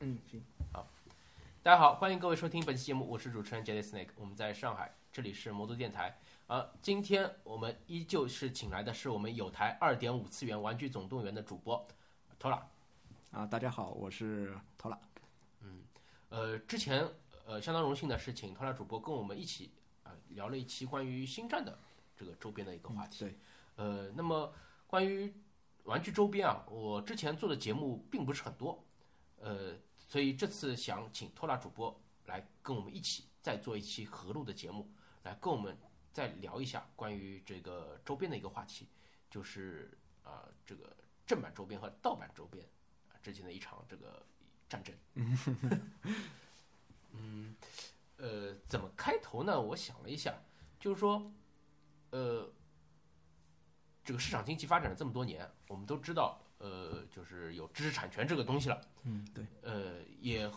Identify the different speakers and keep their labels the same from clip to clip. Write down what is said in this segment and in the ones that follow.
Speaker 1: 嗯，行，
Speaker 2: 大家好，欢迎各位收听本期节目，我是主持人 Jelly Snake，我们在上海，这里是魔都电台。而今天我们依旧是请来的是我们有台二点五次元玩具总动员的主播 Tola。
Speaker 3: 啊，大家好，我是头拉。
Speaker 2: 呃，之前呃相当荣幸的是请 Tola 主播跟我们一起啊、聊了一期关于星战的这个周边的一个话题。
Speaker 3: 对，
Speaker 2: 呃，那么关于玩具周边啊，我之前做的节目并不是很多，呃，所以这次想请托拉主播来跟我们一起再做一期合录的节目，来跟我们再聊一下关于这个周边的一个话题，就是啊、呃这个正版周边和盗版周边啊之间的一场这个战争。嗯，呃，怎么开头呢？我想了一下，就是说，呃，这个市场经济发展了这么多年，我们都知道，呃，就是有知识产权这个东西了，
Speaker 3: 嗯，对，
Speaker 2: 呃，也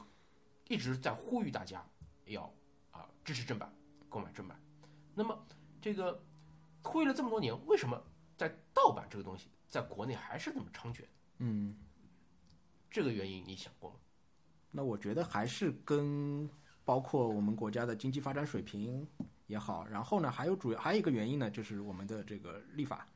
Speaker 2: 一直在呼吁大家要啊、支持正版，购买正版。那么这个呼吁了这么多年，为什么在盗版这个东西在国内还是这么猖獗？
Speaker 3: 嗯，
Speaker 2: 这个原因你想过吗？
Speaker 3: 那我觉得还是跟包括我们国家的经济发展水平也好，然后呢，还有主要还有一个原因呢，就是我们的这个立法，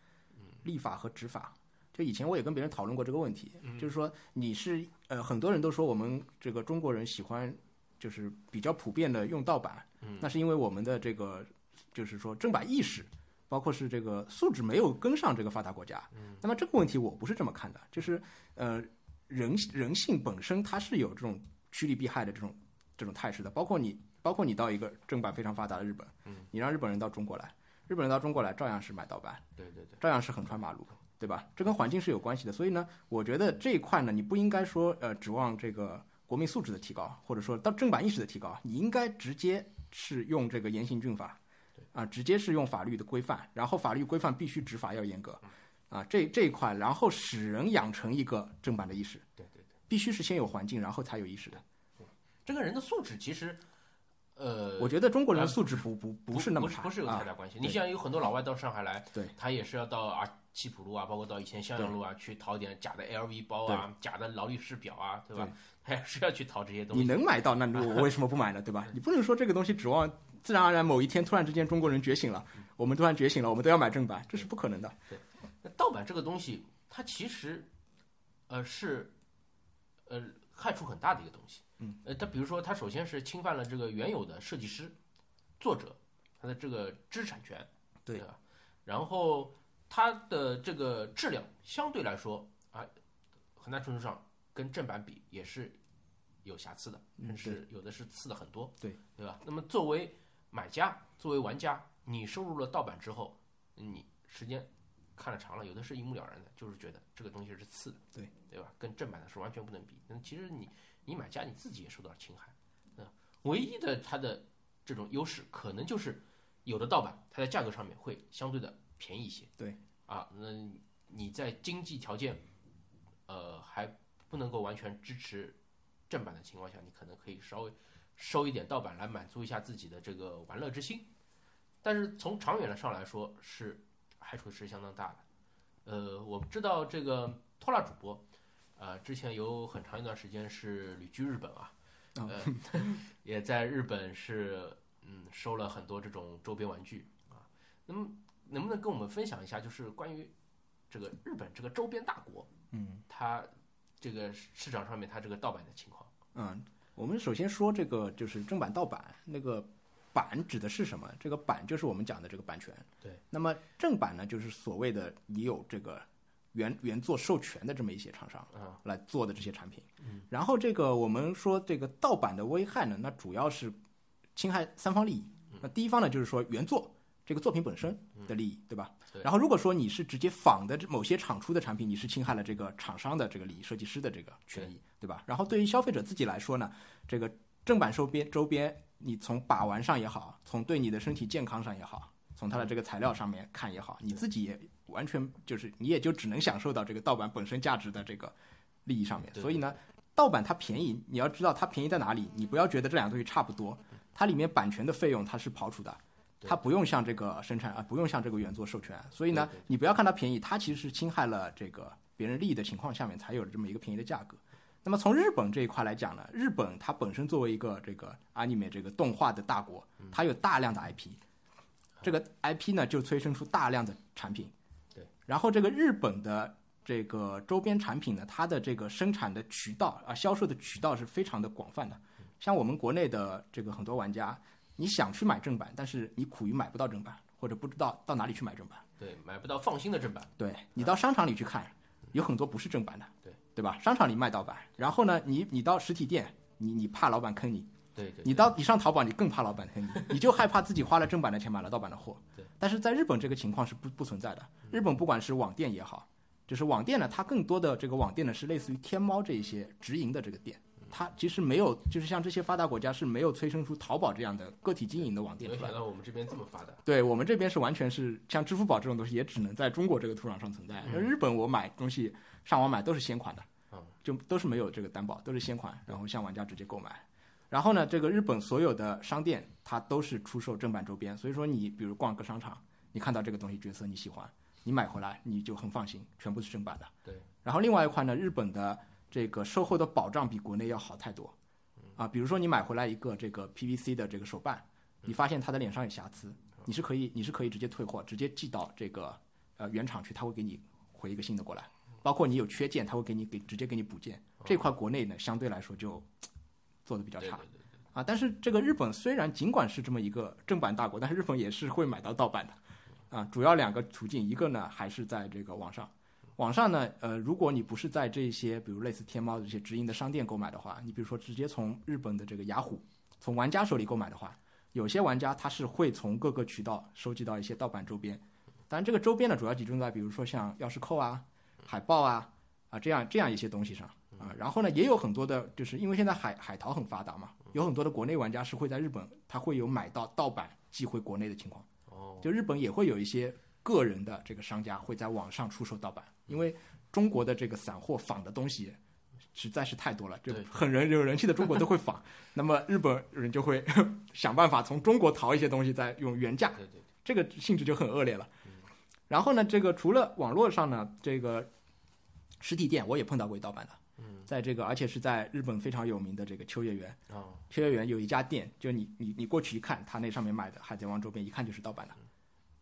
Speaker 3: 立法和执法。就以前我也跟别人讨论过这个问题，就是说你是呃，很多人都说我们这个中国人喜欢就是比较普遍的用盗版，那是因为我们的这个就是说正版意识，包括是这个素质没有跟上这个发达国家。那么这个问题我不是这么看的，就是呃，人人性本身它是有这种趋利避害的这种这种态势的。包括你，包括你到一个正版非常发达的日本，你让日本人到中国来，日本人到中国来照样是买盗版，
Speaker 2: 对对对，
Speaker 3: 照样是横穿马路，对吧？这跟环境是有关系的。所以呢，我觉得这一块呢，你不应该说呃指望这个国民素质的提高，或者说到正版意识的提高，你应该直接是用这个严刑峻法。啊，直接是用法律的规范，然后法律规范必须执法要严格，啊，这这一块，然后使人养成一个正版的意识，
Speaker 2: 对对对，
Speaker 3: 必须是先有环境，然后才有意识的。
Speaker 2: 这个人的素质其实，呃，
Speaker 3: 我觉得中国人的素质不不
Speaker 2: 不
Speaker 3: 不是那么
Speaker 2: 不是
Speaker 3: 差，
Speaker 2: 不是有太
Speaker 3: 啊，
Speaker 2: 大关系。
Speaker 3: 对
Speaker 2: 你像有很多老外到上海来，
Speaker 3: 对，
Speaker 2: 他也是要到啊七浦路啊，包括到以前襄阳路啊，去淘点假的 LV 包啊、假的劳力士表啊，对吧？他也是要去淘这些东
Speaker 3: 你
Speaker 2: 西。嗯
Speaker 3: 能买到，那 我我为什么不买呢？对吧？你不能说这个东西指望自然而然某一天突然之间中国人觉醒了，我们突然觉醒了，我们都要买正版，这是不可能的。
Speaker 2: 那盗版这个东西，它其实，呃，是，呃，害处很大的一个东西。嗯，呃，它比如说，它首先是侵犯了这个原有的设计师、作者他的这个知识产权，
Speaker 3: 对
Speaker 2: 吧？然后它的这个质量相对来说啊，很大程度上跟正版比也是有瑕疵的，
Speaker 3: 嗯
Speaker 2: 甚至有的是次的很多，
Speaker 3: 对
Speaker 2: 对吧？那么作为买家、作为玩家，你收入了盗版之后，你时间看了长了，有的是一目了然的，就是觉得这个东西是次的，
Speaker 3: 对
Speaker 2: 对吧？跟正版的是完全不能比。那其实你你买家你自己也受到了侵害，那唯一的它的这种优势可能就是有的盗版它在价格上面会相对的便宜一些，
Speaker 3: 对
Speaker 2: 啊，那你在经济条件呃还不能够完全支持正版的情况下，你可能可以稍微收一点盗版来满足一下自己的这个玩乐之心，但是从长远的上来说是害处是相当大的。呃，我们知道这个拖拉主播，呃，之前有很长一段时间是旅居日本啊，
Speaker 3: 啊
Speaker 2: 呃， 也在日本是嗯收了很多这种周边玩具啊。那么能不能跟我们分享一下，就是关于这个日本这个周边大国，
Speaker 3: 嗯，
Speaker 2: 它这个市场上面它这个盗版的情况？
Speaker 3: 嗯，我们首先说这个就是正版盗版，那个版指的是什么？这个版就是我们讲的这个版权。
Speaker 2: 对。
Speaker 3: 那么正版呢，就是所谓的你有这个原原作授权的这么一些厂商
Speaker 2: 啊
Speaker 3: 来做的这些产品。嗯。然后这个我们说这个盗版的危害呢，那主要是侵害三方利益。
Speaker 2: 嗯
Speaker 3: 那第一方呢，就是说原作这个作品本身的利益，对吧？
Speaker 2: 对
Speaker 3: 然后如果说你是直接仿的这某些厂出的产品，你是侵害了这个厂商的这个利益、设计师的这个权益，对吧？然后对于消费者自己来说呢，这个正版周边周边，你从把玩上也好，从对你的身体健康上也好，从它的这个材料上面看也好，你自己也完全就是你也就只能享受到这个盗版本身价值的这个利益上面。
Speaker 2: 对
Speaker 3: 所以呢，盗版它便宜，你要知道它便宜在哪里，你不要觉得这两个东西差不多，它里面版权的费用它是刨除的。
Speaker 2: 对
Speaker 3: 它不用向这个生产啊、不用向这个原作授权，所以呢
Speaker 2: 对对，
Speaker 3: 你不要看它便宜，它其实是侵害了这个别人利益的情况下面才有了这么一个便宜的价格。那么从日本这一块来讲呢，日本它本身作为一个这个 anime 这个动画的大国，
Speaker 2: 嗯
Speaker 3: 它有大量的 IP，这个 IP 呢就催生出大量的产品。
Speaker 2: 对，
Speaker 3: 然后这个日本的这个周边产品呢，它的这个生产的渠道啊、销售的渠道是非常的广泛的。像我们国内的这个很多玩家，你想去买正版，但是你苦于买不到正版，或者不知道到哪里去买正版。
Speaker 2: 对，买不到放心的正版，
Speaker 3: 对你到商场里去看，有很多不是正版的，
Speaker 2: 对
Speaker 3: 对吧？商场里卖盗版，然后呢，你你到实体店，你你怕老板坑你，
Speaker 2: 对对，
Speaker 3: 你到你上淘宝，你更怕老板坑你，你就害怕自己花了正版的钱买了盗版的货
Speaker 2: 对。 嗯
Speaker 3: 但是在日本这个情况是不不存在的，日本不管是网店也好，就是网店呢，它更多的这个网店呢是类似于天猫这一些直营的这个店。
Speaker 2: 嗯
Speaker 3: 它其实没有，就是像这些发达国家是没有催生出淘宝这样的个体经营的网
Speaker 2: 没
Speaker 3: 店
Speaker 2: 有
Speaker 3: 出来
Speaker 2: 想
Speaker 3: 的。
Speaker 2: 到我们这边这么发达，
Speaker 3: 对我们这边是完全是像支付宝这种东西，也只能在中国这个土壤上存在。那、日本我买东西上网买都是先款的
Speaker 2: 嗯，
Speaker 3: 就都是没有这个担保，都是先款，然后向玩家直接购买。然后呢，这个日本所有的商店它都是出售正版周边，所以说你比如逛个商场，你看到这个东西角色你喜欢，你买回来你就很放心，全部是正版的。
Speaker 2: 对。
Speaker 3: 然后另外一块呢，日本的这个售后的保障比国内要好太多，
Speaker 2: 嗯
Speaker 3: 啊，比如说你买回来一个这个 PVC 的这个手办，
Speaker 2: 嗯
Speaker 3: 你发现它的脸上有瑕疵，你是可以你是可以直接退货，直接寄到这个呃原厂去，他会给你回一个新的过来。包括你有缺件，他会给你给直接给你补件。这块国内呢，相对来说就嘖做的比较
Speaker 2: 哦对
Speaker 3: 差
Speaker 2: 对对
Speaker 3: 啊。但是这个日本虽然尽管是这么一个正版大国，但是日本也是会买到盗版的啊。主要两个途径，一个呢还是在这个网上。网上呢，呃，如果你不是在这些比如类似天猫的这些直营的商店购买的话，你比如说直接从日本的这个雅虎，从玩家手里购买的话，有些玩家他是会从各个渠道收集到一些盗版周边，当然这个周边呢主要集中在比如说像钥匙扣啊、海报啊啊这样这样一些东西上啊。然后呢，也有很多的，就是因为现在海海淘很发达嘛，有很多的国内玩家是会在日本，他会有买到盗版寄回国内的情况。
Speaker 2: 哦，
Speaker 3: 就日本也会有一些个人的这个商家会在网上出售盗版，
Speaker 2: 嗯
Speaker 3: 因为中国的这个散货仿的东西实在是太多了，就
Speaker 2: 对
Speaker 3: 很人有人气的中国都 会仿，那么日本人就会 想办法从中国淘一些东西，再用原价
Speaker 2: 对对对，
Speaker 3: 这个性质就很恶劣了。
Speaker 2: 嗯
Speaker 3: 然后呢，这个除了网络上呢，这个实体店我也碰到过盗版的，
Speaker 2: 嗯
Speaker 3: 在这个而且是在日本非常有名的这个秋叶原，
Speaker 2: 哦，
Speaker 3: 秋叶原有一家店，就你你你过去一看，它那上面卖的《海贼王》周边，一看就是盗版的。
Speaker 2: 嗯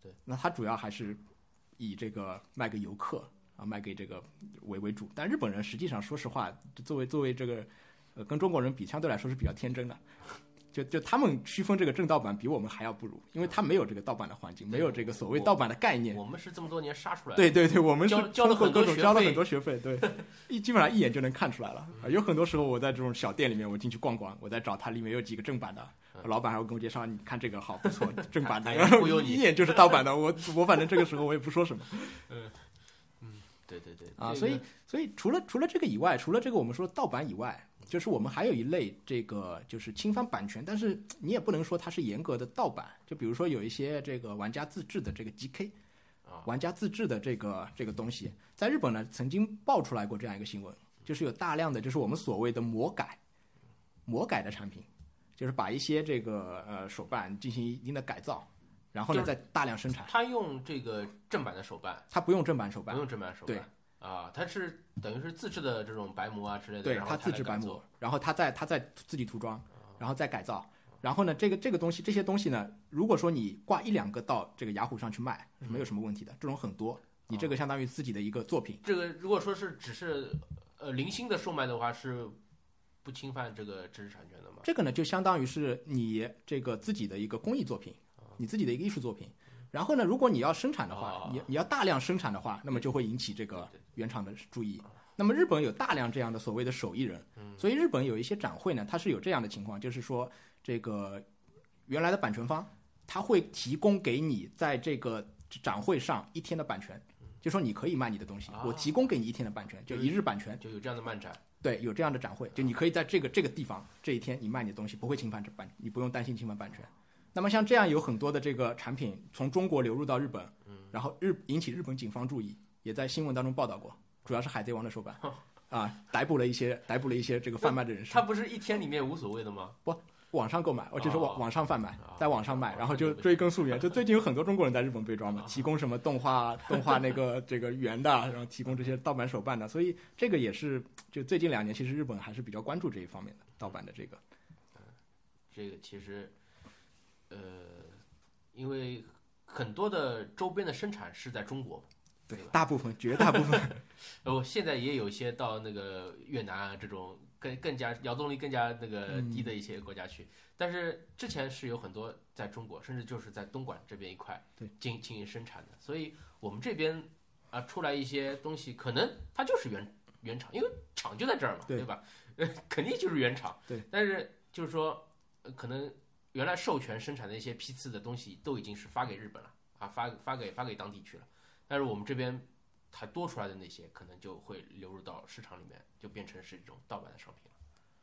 Speaker 2: 对，
Speaker 3: 那它主要还是以这个卖给游客啊，卖给这个为为主。但日本人实际上，说实话，作为作为这个呃跟中国人比，相对来说是比较天真的。就就他们区分这个正盗版比我们还要不如，因为他没有这个盗版的环境，
Speaker 2: 对
Speaker 3: 没有这个所谓盗版的概念。
Speaker 2: 我们是这么多年杀出来的，
Speaker 3: 对对对，我们是
Speaker 2: 交交了
Speaker 3: 通过
Speaker 2: 很多
Speaker 3: 各种
Speaker 2: 学
Speaker 3: 交了
Speaker 2: 费
Speaker 3: 很多学费， 对，一基本上一眼就能看出来了。啊有很多时候我在这种小店里面，我进去逛逛，我在找它里面有几个正版的，老板还会跟我介绍，你看这个好不错，正 版的，
Speaker 2: 他
Speaker 3: 然
Speaker 2: 嗯
Speaker 3: 后
Speaker 2: 哎忽悠你
Speaker 3: 一眼就是盗版的。我我反正这个时候我也不说什么
Speaker 2: 对对对
Speaker 3: 啊。
Speaker 2: 这
Speaker 3: 所以
Speaker 2: 个
Speaker 3: 所以除了除了这个以外，除了这个我们说盗版以外，就是我们还有一类这个就是侵犯版权，但是你也不能说它是严格的盗版，就比如说有一些这个玩家自制的这个 GK。
Speaker 2: 啊，
Speaker 3: 玩家自制的这个这个东西，在日本呢曾经爆出来过这样一个新闻，就是有大量的就是我们所谓的魔改，魔改的产品，就是把一些这个呃手办进行一定的改造，然后呢
Speaker 2: 就
Speaker 3: 再大量生产，
Speaker 2: 他用这个正版的手办，
Speaker 3: 它不用正版手
Speaker 2: 不
Speaker 3: 办，
Speaker 2: 用正版手
Speaker 3: 对
Speaker 2: 办啊，他是等于是自制的这种白膜啊之类的，
Speaker 3: 对
Speaker 2: 然后
Speaker 3: 它自
Speaker 2: 来
Speaker 3: 制
Speaker 2: 改
Speaker 3: 白
Speaker 2: 做
Speaker 3: 模，然后它再它再自己涂装，然后再改造。然后呢，这个这个东西，这些东西呢，如果说你挂一两个到这个雅虎上去卖，是没有什么问题的。这种很多，你
Speaker 2: 哦
Speaker 3: 这个相当于自己的一个作品，
Speaker 2: 这个如果说是只是呃零星的售卖的话，是不侵犯这个知识产权的嘛？
Speaker 3: 这个呢，就相当于是你这个自己的一个工艺作品，你自己的一个艺术作品。然后呢，如果你要生产的话
Speaker 2: 哦，
Speaker 3: 你你要大量生产的话，那么就会引起这个
Speaker 2: 对
Speaker 3: 原厂的注意。那么日本有大量这样的所谓的手艺人，所以日本有一些展会呢，它是有这样的情况，就是说这个原来的版权方，他会提供给你在这个展会上一天的版权，就说你可以卖你的东西，
Speaker 2: 啊
Speaker 3: 我提供给你一天的版权，就一日版权。
Speaker 2: 就有这样的漫展，
Speaker 3: 对，有这样的展会，就你可以在这个这个地方这一天你卖你的东西不会侵犯这版，你不用担心侵犯版权。那么像这样有很多的这个产品从中国流入到日本，然后日引起日本警方注意，也在新闻当中报道过，主要是《海贼王》的手版啊，逮捕了一些逮捕了一些这个贩卖的人士
Speaker 2: 它。不是一天里面无所谓的吗？
Speaker 3: 不，网上购买，我就是网
Speaker 2: 哦
Speaker 3: 网上贩卖
Speaker 2: 哦，
Speaker 3: 在网上卖，
Speaker 2: 哦
Speaker 3: 然后
Speaker 2: 那就
Speaker 3: 就
Speaker 2: 不行
Speaker 3: 追根溯源。就最近有很多中国人在日本被抓嘛
Speaker 2: 哦，
Speaker 3: 提供什么 动画动画那个这个源的，然后提供这些盗版手办的，所以这个也是就最近两年，其实日本还是比较关注这一方面的盗版的这个。
Speaker 2: 这个其实，呃，因为很多的周边的生产是在中国，
Speaker 3: 对
Speaker 2: 对吧，
Speaker 3: 大部分绝大部分
Speaker 2: 然后现在也有一些到那个越南啊这种更更加劳动力更加那
Speaker 3: 嗯
Speaker 2: 个低的一些国家去，但是之前是有很多在中国，甚至就是在东莞这边一块
Speaker 3: 对
Speaker 2: 经经营生产的，所以我们这边啊出来一些东西，可能它就是原原厂，因为厂就在这儿嘛，
Speaker 3: 对
Speaker 2: 对吧？呃，肯定就是原厂。
Speaker 3: 对，
Speaker 2: 但是就是说，呃可能原来授权生产的一些批次的东西都已经是发给日本了啊，发发给发给当地去了，但是我们这边它多出来的那些，可能就会流入到市场里面，就变成是一种盗版的商品了。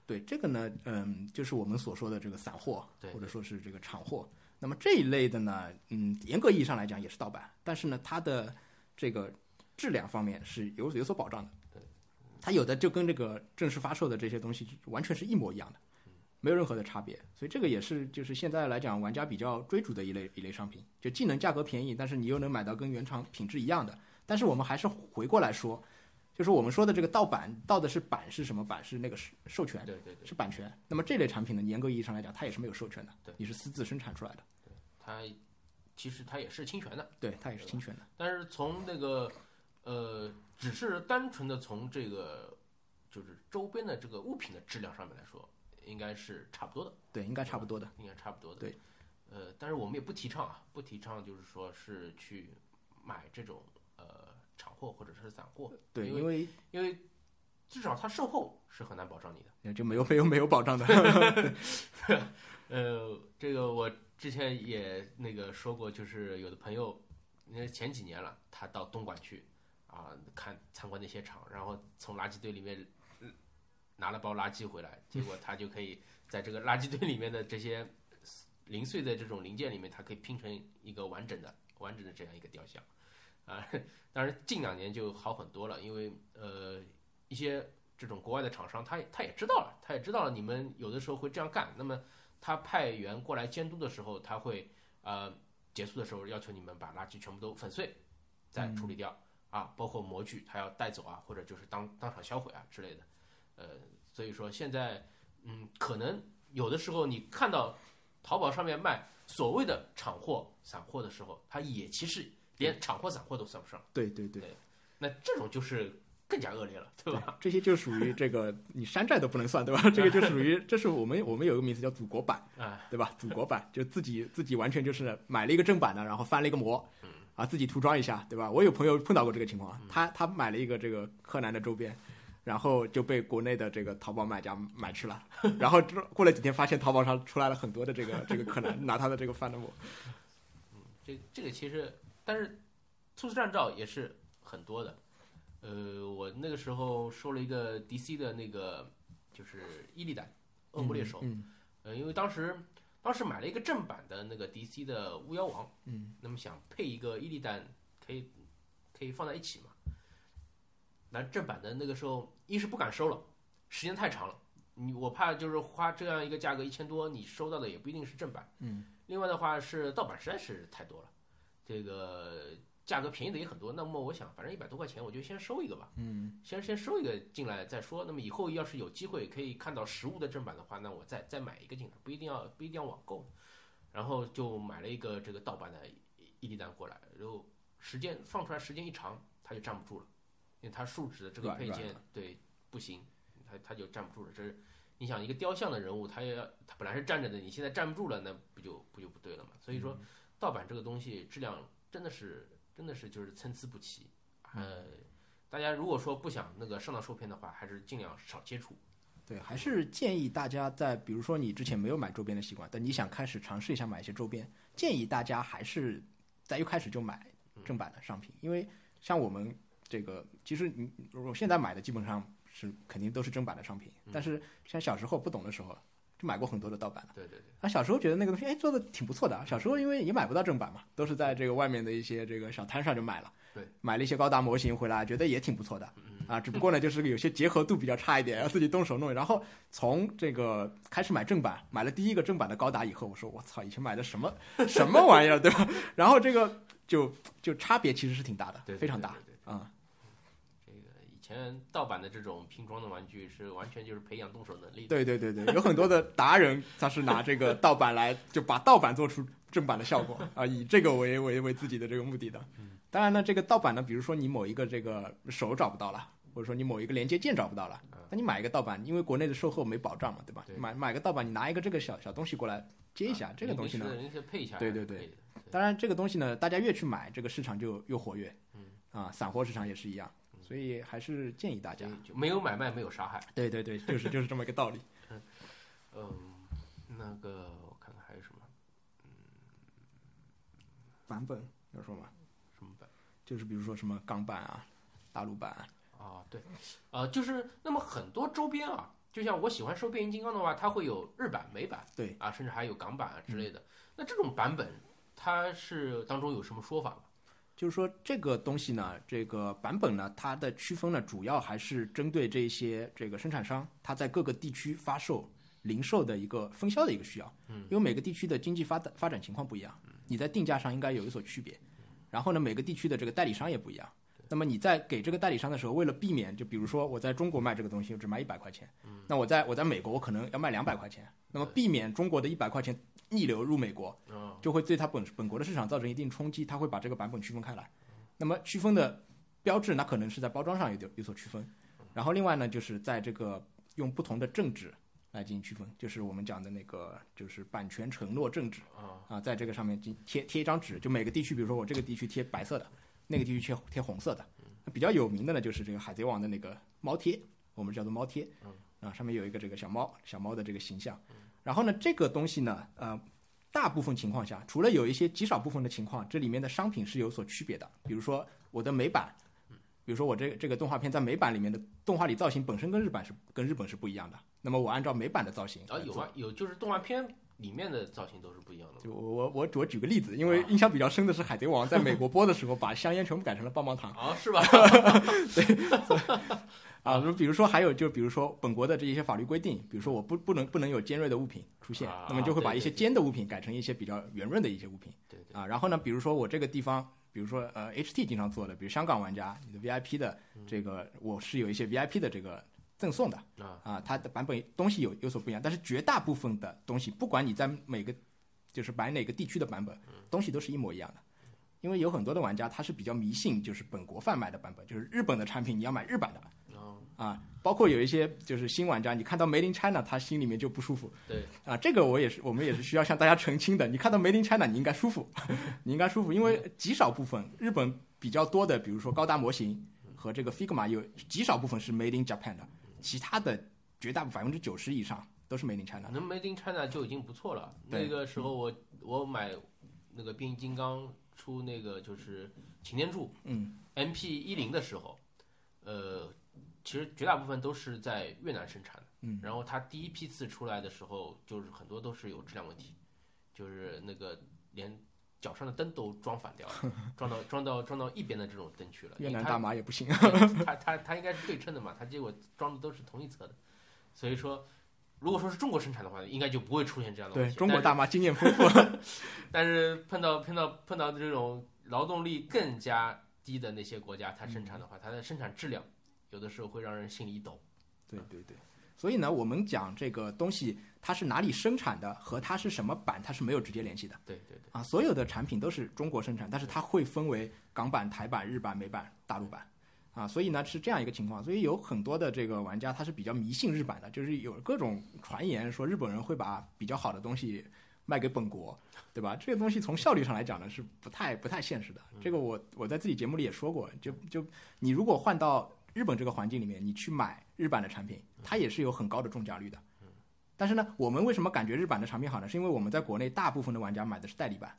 Speaker 3: 对这个呢，嗯，就是我们所说的这个散货，
Speaker 2: 对
Speaker 3: 或者说是这个厂货。那么这一类的呢，嗯，严格意义上来讲也是盗版，但是呢，它的这个质量方面是有有所保障的。
Speaker 2: 对，
Speaker 3: 它有的就跟这个正式发售的这些东西完全是一模一样的，
Speaker 2: 嗯
Speaker 3: 没有任何的差别。所以这个也是就是现在来讲玩家比较追逐的一类一类商品，就既能价格便宜，但是你又能买到跟原厂品质一样的。但是我们还是回过来说，就是我们说的这个盗版，盗的是版是什么版？是那个授授权。
Speaker 2: 对对对，
Speaker 3: 是版权。那么这类产品呢，严格意义上来讲，它也是没有授权的，
Speaker 2: 对
Speaker 3: 你是私自生产出来的，
Speaker 2: 它其实它也是侵权的，
Speaker 3: 对，它也是侵权的。
Speaker 2: 但是从那个呃，只是单纯的从这个就是周边的这个物品的质量上面来说，应该是差不多的，
Speaker 3: 对，应该差不多的。
Speaker 2: 应该差不多的。
Speaker 3: 对，
Speaker 2: 呃，但是我们也不提倡啊，不提倡就是说是去买这种呃厂货或者是散货，
Speaker 3: 对，
Speaker 2: 因为
Speaker 3: 因为
Speaker 2: 因为至少它售后是很难保障你的。
Speaker 3: 呃就没有没有没有保障 的。
Speaker 2: 呃，这个我之前也那个说过，就是有的朋友，那前几年了，他到东莞去啊，看参观那些厂，然后从垃圾堆里面呃拿了包垃圾回来，结果他就可以在这个垃圾堆里面的这些零碎的这种零件里面，它可以拼成一个完整的、完整的这样一个雕像啊。当然，近两年就好很多了，因为呃一些这种国外的厂商，他也他也知道了，他也知道了你们有的时候会这样干，那么。他派员过来监督的时候，他会呃结束的时候要求你们把垃圾全部都粉碎，再处理掉、啊，包括模具他要带走啊，或者就是当当场销毁啊之类的。呃，所以说现在嗯，可能有的时候你看到淘宝上面卖所谓的厂货、散货的时候，它也其实连厂货、散货都算不上，
Speaker 3: 对对对，
Speaker 2: 那这种就是更加恶劣了，对吧？
Speaker 3: 这些就属于这个你山寨都不能算，对吧？这个就属于这是我们我们有一个名词叫祖国版
Speaker 2: 啊，
Speaker 3: 对吧？祖国版就自己自己完全就是买了一个正版的，然后翻了一个模。
Speaker 2: 嗯
Speaker 3: 啊，自己涂装一下，对吧？我有朋友碰到过这个情况，啊他他买了一个这个柯南的周边，然后就被国内的这个淘宝买家买去 了，然后之后过了几天发现淘宝上出来了很多的这个这个柯南，拿他的这个翻的模。
Speaker 2: 这这个其实，但是猝死战照也是很多的。呃，我那个时候收了一个 DC 的那个就是伊利丹恶魔猎手，
Speaker 3: 嗯，
Speaker 2: 呃，因为当时当时买了一个正版的那个 DC 的巫妖王，
Speaker 3: 嗯，
Speaker 2: 那么想配一个伊利丹，可以可以放在一起嘛。那正版的那个时候，一是不敢收了，时间太长了，你我怕就是花这样一个价格一千多，你收到的也不一定是正版，
Speaker 3: 嗯。
Speaker 2: 另外的话是盗版实在是太多了，这个价格便宜的也很多，那么我想反正一百多块钱，我就先收一个吧。
Speaker 3: 嗯
Speaker 2: 先先收一个进来再说。那么以后要是有机会可以看到实物的正版的话，那我再再买一个进来，不一定要不一定要网购。然后就买了一个这个盗版的伊利丹过来，然后时间放出来时间一长，它就站不住了，因为它树脂的这个
Speaker 3: 软
Speaker 2: 配
Speaker 3: 软
Speaker 2: 件对不行，它它就站不住了。这是你想一个雕像的人物，他也要他本来是站着的，你现在站不住了，那不就不就不对了嘛？所以
Speaker 3: 嗯
Speaker 2: 说，盗版这个东西质量真的是真的是就是参差不齐，
Speaker 3: 嗯
Speaker 2: 呃，大家如果说不想那个上当受骗的话，还是尽量少接触。
Speaker 3: 对，还是建议大家在，比如说你之前没有买周边的习惯，但你想开始尝试一下买一些周边，建议大家还是在一开始就买正版的商品，因为像我们这个，其实你如果现在买的基本上是肯定都是正版的商品，但是像小时候不懂的时候，就买过很多的盗版的。
Speaker 2: 对对对，
Speaker 3: 啊，小时候觉得那个东西哎做的挺不错的啊，小时候因为也买不到正版嘛，都是在这个外面的一些这个小摊上就买了，
Speaker 2: 对，嗯
Speaker 3: 买了一些高达模型回来，觉得也挺不错的啊。只不过呢，就是有些结合度比较差一点，要自己动手弄。然后从这个开始买正版，买了第一个正版的高达以后，我说我操，以前买的什么什么玩意儿，对吧？然后这个就就差别其实是挺大的，
Speaker 2: 对，对
Speaker 3: 非常大。。
Speaker 2: 对对对
Speaker 3: 啊
Speaker 2: 这个以前盗版的这种拼装的玩具是完全就是培养动手能力的。
Speaker 3: 对对对对，有很多的达人，他是拿这个盗版来就把盗版做出正版的效果啊，以这个为为为自己的这个目的的。当然呢，这个盗版呢，比如说你某一个这个手找不到了，或者说你某一个连接键找不到了
Speaker 2: 嗯，
Speaker 3: 那你买一个盗版，因为国内的售后没保障嘛，对吧？
Speaker 2: 对
Speaker 3: 买买个盗版，你拿一个这个小小东西过来接一下，
Speaker 2: 啊
Speaker 3: 这个东西呢，
Speaker 2: 临时临时配一下。
Speaker 3: 对对对。当然，这个东西呢，大家越去买，这个市场就越活跃。
Speaker 2: 嗯
Speaker 3: 啊，散货市场也是一样，所以还是建议大家
Speaker 2: 所。以就没有买卖，没有杀害。
Speaker 3: 对对对，就是就是这么一个道理。
Speaker 2: 嗯，那个我看看还有什么
Speaker 3: 版本要说吗？
Speaker 2: 什么版
Speaker 3: 就是比如说什么港版啊、大陆版啊，
Speaker 2: 啊？对，呃，就是那么很多周边啊，就像我喜欢收变形金刚的话，它会有日版、美版，
Speaker 3: 对嗯
Speaker 2: 啊，甚至还有港版啊之类的。那这种版本，它是当中有什么说法吗？
Speaker 3: 就是说这个东西呢，这个版本呢，它的区分呢，主要还是针对这些这个生产商，它在各个地区发售、零售的一个分销的一个需要。嗯，因为每个地区的经济发展发展情况不一样，你在定价上应该有一所区别。然后呢，每个地区的这个代理商也不一样。那么你在给这个代理商的时候，为了避免，就比如说我在中国卖这个东西，我只卖一百块钱，那我在我在美国，我可能要卖两百块钱。那么避免中国的一百块钱逆流入美国，
Speaker 2: 嗯，
Speaker 3: 就会对它本本国的市场造成一定冲击，它会把这个版本区分开来。那么区分的标志，那可能是在包装上有点有所区分。然后另外呢，就是在这个用不同的政治来进行区分，就是我们讲的那个就是版权承诺政治
Speaker 2: 啊
Speaker 3: 啊，在这个上面进贴贴一张纸，就每个地区，比如说我这个地区贴白色的，那个地区贴贴红色的。那比较有名的呢，就是这个海贼王的那个猫贴，我们叫做猫贴，啊，上面有一个这个小猫小猫的这个形象。然后呢，这个东西呢，呃，大部分情况下，除了有一些极少部分的情况，这里面的商品是有所区别的。比如说我的美版，比如说我这个这个动画片在美版里面的动画里造型本身跟日版是跟日本是不一样的。那么我按照美版的造型
Speaker 2: 啊，
Speaker 3: 来
Speaker 2: 有
Speaker 3: 做
Speaker 2: 啊，有就是动画片里面的造型都是不一样的吗。
Speaker 3: 就我我我我举个例子，因
Speaker 2: 啊
Speaker 3: 为印象比较深的是《海贼王》在美国播的时候，把香烟全部改成了棒棒糖
Speaker 2: 啊，是 吧？
Speaker 3: 啊。比如说还有就比如说本国的这一些法律规定，比如说我不不能不能有尖锐的物品出现
Speaker 2: 啊，
Speaker 3: 那么就会把一些
Speaker 2: 对对对
Speaker 3: 尖的物品改成一些比较圆润的一些物品
Speaker 2: 对对，
Speaker 3: 啊。然后呢，比如说我这个地方，比如说呃 HT 经常做的，比如香港玩家你的 VIP 的这个，我是有一些 VIP 的这个赠送的
Speaker 2: 啊
Speaker 3: 啊，它的版本东西有有所不一样，但是绝大部分的东西，不管你在每个就是买哪个地区的版本，东西都是一模一样的。因为有很多的玩家他是比较迷信，就是本国贩卖的版本，就是日本的产品你要买日版的
Speaker 2: 啊，
Speaker 3: 啊。包括有一些就是新玩家，你看到 Made in China 他心里面就不舒服
Speaker 2: 对，
Speaker 3: 啊。这个我也是，我们也是需要向大家澄清的。你看到 Made in China 你应该舒服， 你应该舒服，因为极少部分日本比较多的，比如说高达模型和这个 Figma 有极少部分是 Made in Japan 的，其他的绝大部分百分之九十以上都是 Made in China 的。
Speaker 2: 能 Made in China 就已经不错了。
Speaker 3: 对
Speaker 2: 那
Speaker 3: 嗯
Speaker 2: 个时候我我买那个变形金刚出那个就是擎天柱，
Speaker 3: 嗯
Speaker 2: ，MP 一零的时候，呃，其实绝大部分都是在越南生产的。
Speaker 3: 嗯，
Speaker 2: 然后它第一批次出来的时候，就是很多都是有质量问题，就是那个连脚上的灯都装反掉了， 装到装到装到一边的这种灯去了。
Speaker 3: 越
Speaker 2: 因为
Speaker 3: 南
Speaker 2: 呃它
Speaker 3: 大麻也不行。
Speaker 2: 它它它应该是对称的嘛，它结果装的都是同一侧的，所以说，如果说是中国生产的话，应该就不会出现这样的问
Speaker 3: 对
Speaker 2: 题。
Speaker 3: 中国大妈经验丰富。
Speaker 2: 但是，但是碰到碰到碰到这种劳动力更加低的那些国家，它生产的
Speaker 3: 嗯
Speaker 2: 话，它的生产质量有的时候会让人心里一抖。
Speaker 3: 对对对，所以呢，我们讲这个东西它是哪里生产的和它是什么版，它是没有直接联系的
Speaker 2: 对对对，
Speaker 3: 啊。所有的产品都是中国生产，但是它会分为港版、台版、日版、美版、大陆版。啊，所以呢是这样一个情况，所以有很多的这个玩家他是比较迷信日版的，就是有各种传言说日本人会把比较好的东西卖给本国，对吧？这个东西从效率上来讲呢是不太不太现实的。这个
Speaker 2: 嗯
Speaker 3: 我我在自己节目里也说过，就就你如果换到日本这个环境里面，你去买日版的产品，它也是有很高的中奖率的。但是呢，我们为什么感觉日版的产品好呢？是因为我们在国内大部分的玩家买的是代理版，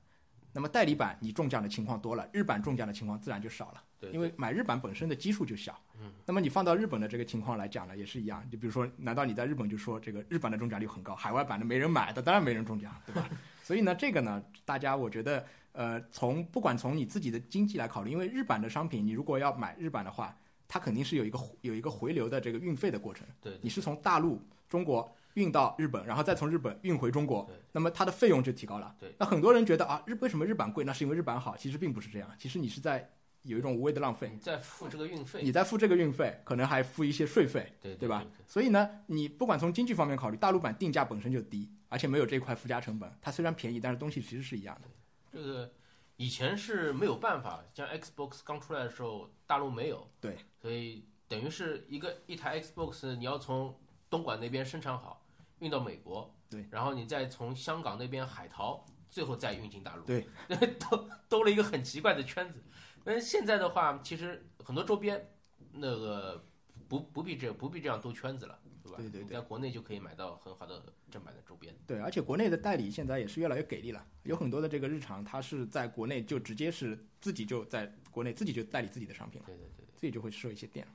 Speaker 3: 那么代理版你中奖的情况多了，日版中奖的情况自然就少了。
Speaker 2: 对
Speaker 3: 因为买日版本身的基数就小。嗯，那么你放到日本的这个情况来讲呢，也是一样。就比如说，难道你在日本就说这个日版的中奖率很高，海外版的没人买，那当然没人中奖，对吧？所以呢，这个呢，大家我觉得。呃，从不管从你自己的经济来考虑，因为日版的商品，你如果要买日版的话，它肯定是有一个有一个回流的这个运费的过程。
Speaker 2: 对对
Speaker 3: 你是从大陆中国运到日本，然后再从日本运回中国
Speaker 2: 对，
Speaker 3: 那么它的费用就提高了。
Speaker 2: 对
Speaker 3: 那很多人觉得啊，日为什么日版贵？那是因为日版好，其实并不是这样，其实你是在有一种无谓的浪费，
Speaker 2: 你再付这个运费，
Speaker 3: 你在付这个运费，可能还付一些税费，
Speaker 2: 对
Speaker 3: 对吧
Speaker 2: 对？
Speaker 3: 所以呢，你不管从经济方面考虑，大陆版定价本身就低，而且没有这块附加成本，它虽然便宜，但是东西其实是一样的。
Speaker 2: 这个以前是没有办法，像 Xbox 刚出来的时候，大陆没有，
Speaker 3: 对，
Speaker 2: 所以等于是一个一台 Xbox，你要从东莞那边生产好，运到美国，
Speaker 3: 对，
Speaker 2: 然后你再从香港那边海淘，最后再运进大陆，
Speaker 3: 对，
Speaker 2: 兜兜了一个很奇怪的圈子。但是现在的话，其实很多周边那个不不必这不必这样兜圈子了，对吧？
Speaker 3: 对对对
Speaker 2: 你在国内就可以买到很好的正版的周边。
Speaker 3: 对，而且国内的代理现在也是越来越给力了，有很多的这个日常，它是在国内就直接是自己就在国内自己就代理自己的商品了，
Speaker 2: 对对对。
Speaker 3: 自己就会设一些店。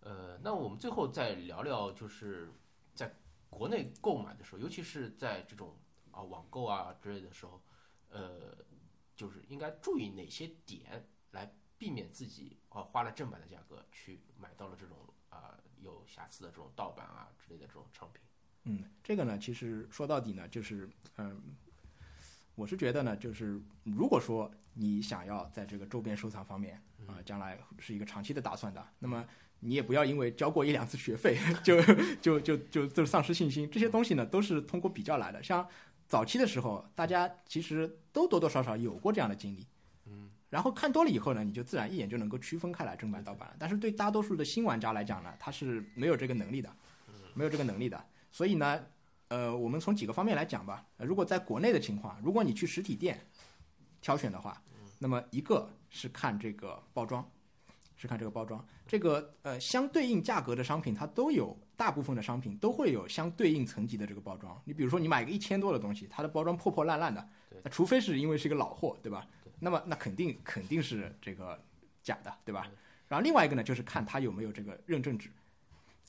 Speaker 2: 呃，那我们最后再聊聊，就是在国内购买的时候，尤其是在这种啊网购啊之类的时候，呃，就是应该注意哪些点来避免自己啊花了正版的价格去买到了这种啊、有瑕疵的这种盗版啊之类的这种商品。
Speaker 3: 嗯，这个呢，其实说到底呢，就是嗯、我是觉得呢，就是如果说你想要在这个周边收藏方面啊、将来是一个长期的打算的，那么你也不要因为交过一两次学费 就就就就就丧失信心。这些东西呢，都是通过比较来的。像早期的时候，大家其实都多多少少有过这样的经历。嗯，然后看多了以后呢，你就自然一眼就能够区分开来正版盗版了。但是对大多数的新玩家来讲呢，他是没有这个能力的，没有这个能力的。所以呢，呃，我们从几个方面来讲吧。呃如果在国内的情况，如果你去实体店挑选的话，那么一个是看这个包装，是看这个包装。这个呃，相对应价格的商品，它都有大部分的商品都会有相对应层级的这个包装。你比如说，你买个一千多的东西，它的包装破破烂烂的
Speaker 2: 对，
Speaker 3: 那除非是因为是一个老货，对吧
Speaker 2: 对？
Speaker 3: 那么那肯定肯定是这个假的，对吧？然后另外一个呢，就是看它有没有这个认证纸，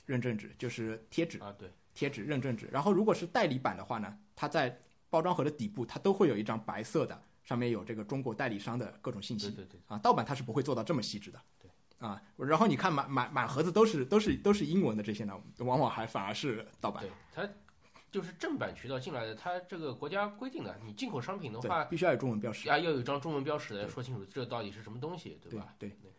Speaker 3: 认证纸就是贴纸。
Speaker 2: 啊，对，
Speaker 3: 贴纸、认证纸。然后如果是代理版的话呢，它在包装盒的底部它都会有一张白色的，上面有这个中国代理商的各种信
Speaker 2: 对
Speaker 3: 息
Speaker 2: 对对，
Speaker 3: 啊。盗版它是不会做到这么细致的。
Speaker 2: 对。
Speaker 3: 啊，然后你看满满满盒子都是都是都是英文的这些呢，往往还反而是盗版。
Speaker 2: 对它就是正版渠道进来的，它这个国家规定的，你进口商品的
Speaker 3: 对
Speaker 2: 话，
Speaker 3: 必须要有中文标识。
Speaker 2: 啊，要有一张中文标识来
Speaker 3: 对
Speaker 2: 说清楚这到底是什么东西，对
Speaker 3: 对
Speaker 2: 吧？
Speaker 3: 对
Speaker 2: 对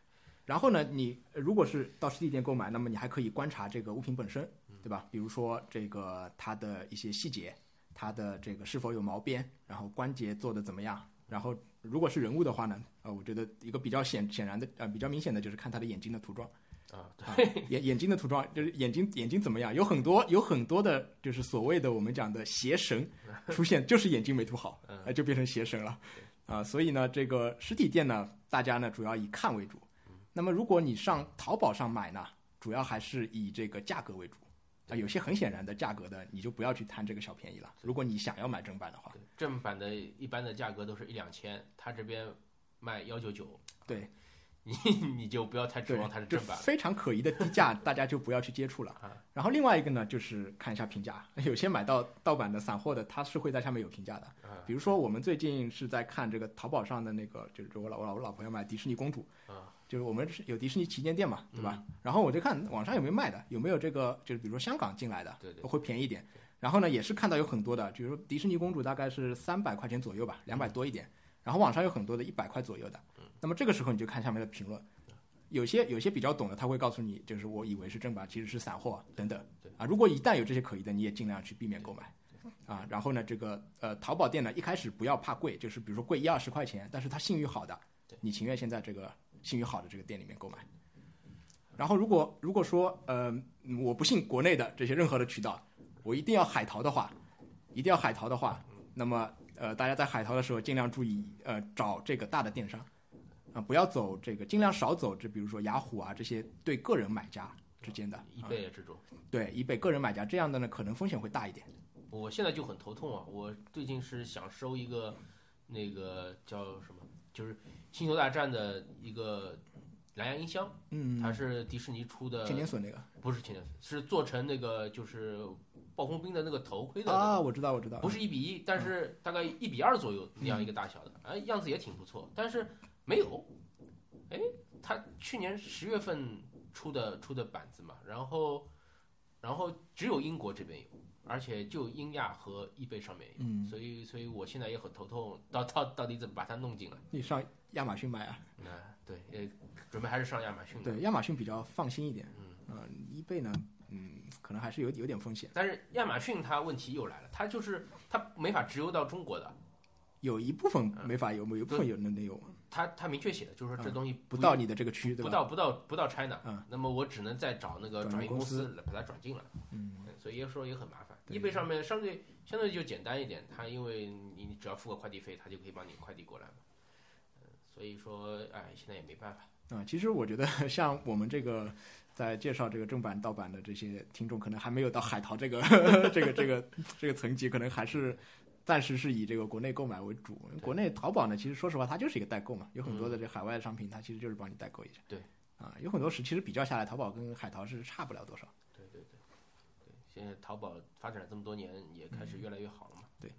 Speaker 3: 然后呢，你呃如果是到实体店购买，那么你还可以观察这个物品本身，
Speaker 2: 嗯
Speaker 3: 对吧？比如说这个它的一些细节，它的这个是否有毛边，然后关节做的怎么
Speaker 2: 嗯
Speaker 3: 样。然后如果是人物的话呢，呃，我觉得一个比较显显然的呃比较明显的就是看他的眼睛的涂装，
Speaker 2: 啊，对。
Speaker 3: 啊、眼眼睛的涂装就是眼睛眼睛怎么样，有很多有很多的就是所谓的我们讲的 邪神出现，就是眼睛没涂好，
Speaker 2: 嗯
Speaker 3: 呃，就变成邪神了啊、所以呢，这个实体店呢，大家呢主要以看为主，那么如果你上淘宝上买呢，主要还是以这个价格为主。啊，有些很显然的价格的，你就不要去贪这个小便宜了。如果你想要买正版的话，
Speaker 2: 对正版的一般的价格都是一两千，他这边卖幺九九，
Speaker 3: 对
Speaker 2: 你你就不要太指
Speaker 3: 对
Speaker 2: 望它是，
Speaker 3: 这
Speaker 2: 正版了。
Speaker 3: 非常可疑的低价，大家就不要去接触了
Speaker 2: 啊。
Speaker 3: 然后另外一个呢，就是看一下评价，有些买到盗版的散货的，它是会在下面有评价的。
Speaker 2: 啊
Speaker 3: 比如说，我们最近是在看这个淘宝上的那个，就是我老我老我老婆要买迪士尼公主，
Speaker 2: 啊嗯
Speaker 3: 就是我们是有迪士尼旗舰店嘛，对吧？然后我就看网上有没有卖的，有没有这个，就是比如说香港进来的，
Speaker 2: 对对
Speaker 3: 会便宜一点。然后呢，也是看到有很多的，比如说迪士尼公主大概是三百块钱左右吧，两
Speaker 2: 嗯
Speaker 3: 百多一点。然后网上有很多的一百块左右的，那么这个时候你就看下面的评论，有些有些比较懂的他会告诉你，就是我以为是正版，其实是散货啊等等
Speaker 2: 对
Speaker 3: 啊。如果一旦有这些可疑的，你也尽量去避免购买。啊，然后呢，这个呃，淘宝店呢，一开始不要怕贵，就是比如说贵一二十块钱，但是它信誉好的
Speaker 2: 对，
Speaker 3: 你情愿先在这个信誉好的这个店里面购买。然后如果如果说呃，嗯我不信国内的这些任何的渠道，我一定要海淘的话，一定要海淘的话，那么呃，大家在海淘的时候尽量注意呃，找这个大的电商啊、不要走这个，尽量少走这比如说雅虎啊这些对个人买家之间的，
Speaker 2: 一
Speaker 3: 啊
Speaker 2: 倍这种，
Speaker 3: 对，以被个人买家这样的呢，可能风险会大一点。
Speaker 2: 我现在就很头痛啊！我最近是想收一个那个叫什么，就是《星球大战》的一个蓝牙音箱，
Speaker 3: 嗯，
Speaker 2: 它是迪士尼出的
Speaker 3: 千，年隼那个。
Speaker 2: 不是千年隼，是做成那个就是暴风兵的那个头盔的那个
Speaker 3: 啊，我知道，我知道，
Speaker 2: 不是一比一，但是大概一比二左右那样一个大小的，哎，样子也挺不错，但是没有，哎，他去年十月份出的出的板子嘛，然后然后只有英国这边有，而且就英亚和易贝上面有，
Speaker 3: 嗯，
Speaker 2: 所以所以我现在也很头痛，到到到底怎么把它弄进来？
Speaker 3: 你上亚马逊买啊？
Speaker 2: 啊、对，呃，准备还是上亚马逊的，
Speaker 3: 对，亚马逊比较放心一点，
Speaker 2: 嗯，
Speaker 3: 呃，易贝呢，嗯，可能还是有有点风险，
Speaker 2: 但是亚马逊它问题又来了，它就是它没法直邮到中国的，
Speaker 3: 有一部分
Speaker 2: 嗯
Speaker 3: 没法有，有一部分有能能有，
Speaker 2: 它它明确写的就是说这
Speaker 3: 嗯
Speaker 2: 东西
Speaker 3: 不
Speaker 2: 不
Speaker 3: 到你的这个区，
Speaker 2: 不
Speaker 3: 对吧？
Speaker 2: 到不到不到 China，、
Speaker 3: 嗯
Speaker 2: 那么我只能再找那个
Speaker 3: 转
Speaker 2: 转运
Speaker 3: 运公
Speaker 2: 公司来把它转进来，
Speaker 3: 嗯，
Speaker 2: 所以有时候也很麻烦。
Speaker 3: 对
Speaker 2: 易贝上面相对相对就简单一点，它因为你你只要付个快递费，它就可以帮你快递过来嘛。嗯所以说，哎，现在也没办法。
Speaker 3: 啊、其实我觉得 像我们这个在介绍这个正版盗版的这些听众，可能还没有到海淘这个 这个这个这个层级，可能还是暂时是以这个国内购买为主。国内淘宝呢，其实说实话，它就是一个代购嘛，有很多的这海外商品，它其实就是帮你代购一下。
Speaker 2: 嗯对。
Speaker 3: 啊，有很多时其实比较下来，淘宝跟海淘是差不了多少。
Speaker 2: 对对对，对，现在淘宝发展了这么多年，也开始越来越好了嘛。
Speaker 3: 对，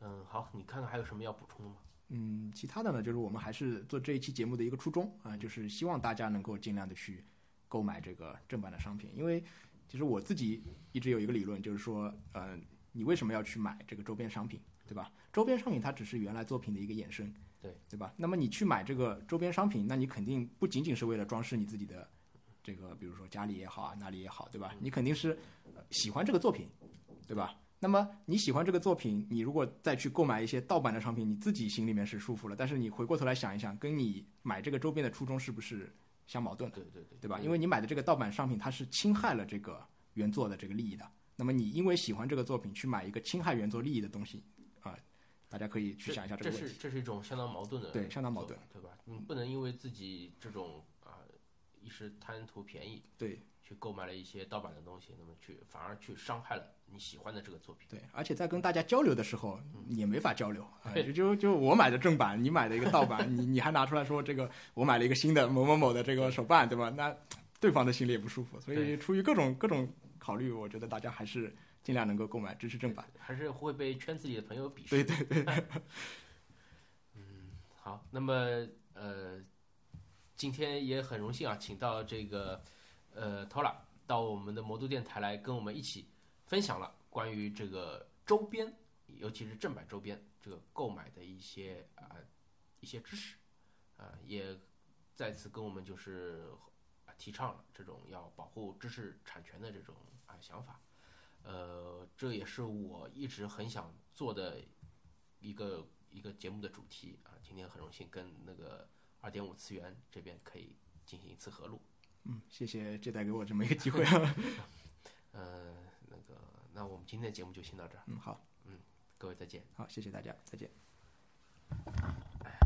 Speaker 2: 嗯，好，你看看还有什么要补充的吗？
Speaker 3: 嗯，其他的呢，就是我们还是做这一期节目的一个初衷啊，就是希望大家能够尽量的去购买这个正版的商品，因为其实我自己一直有一个理论，就是说，呃，你为什么要去买这个周边商品，对吧？周边商品它只是原来作品的一个衍生，
Speaker 2: 对
Speaker 3: 对吧？那么你去买这个周边商品，那你肯定不仅仅是为了装饰你自己的这个，比如说家里也好啊，哪里也好，对吧？你肯定是呃喜欢这个作品，对吧？那么你喜欢这个作品，你如果再去购买一些盗版的商品，你自己心里面是舒服了，但是你回过头来想一想，跟你买这个周边的初衷是不是相矛盾的，
Speaker 2: 对对对，
Speaker 3: 嗯
Speaker 2: 嗯
Speaker 3: 对吧？因为你买的这个盗版商品，它是侵害了这个原作的这个利益的。那么你因为喜欢这个作品去买一个侵害原作利益的东西，啊、大家可以去
Speaker 2: 这
Speaker 3: 想一下
Speaker 2: 这
Speaker 3: 个问
Speaker 2: 是
Speaker 3: 题。
Speaker 2: 这是一种相当矛盾的
Speaker 3: 对相当矛
Speaker 2: 做法，对吧？你不能因为自己这种啊一时贪图便宜，
Speaker 3: 对
Speaker 2: 去购买了一些盗版的东西，那么去反而去伤害了你喜欢的这个作品。
Speaker 3: 对，而且在跟大家交流的时候也没法交流，啊、
Speaker 2: 嗯
Speaker 3: 就就就我买的正版，你买的一个盗版，你你 还拿出来说这个我买了一个新的某某某的这个手办，对吧？那对方的心里也不舒服，所以
Speaker 2: 对
Speaker 3: 出于各种各种考虑，我觉得大家还是尽量能够购买支持正版。
Speaker 2: 还是会被圈子里的朋友鄙视。
Speaker 3: 对对对，
Speaker 2: 好，那么呃，今天也很荣幸啊，请到这个呃 Tola 到我们的魔都电台来跟我们一起分享了关于这个周边，尤其是正版周边这个购买的一些啊、一些知识啊、也再次跟我们就是啊提倡了这种要保护知识产权的这种啊想法。呃，这也是我一直很想做的一个一个节目的主题啊。今天很荣幸跟那个二点五次元这边可以进行一次合录。
Speaker 3: 嗯，谢谢借带给我这么一个机 会。
Speaker 2: 呃，那个，那我们今天的节目就先到这儿，
Speaker 3: 嗯，好
Speaker 2: 各位再见。
Speaker 3: 好，谢谢大家，再见。
Speaker 2: 哎呀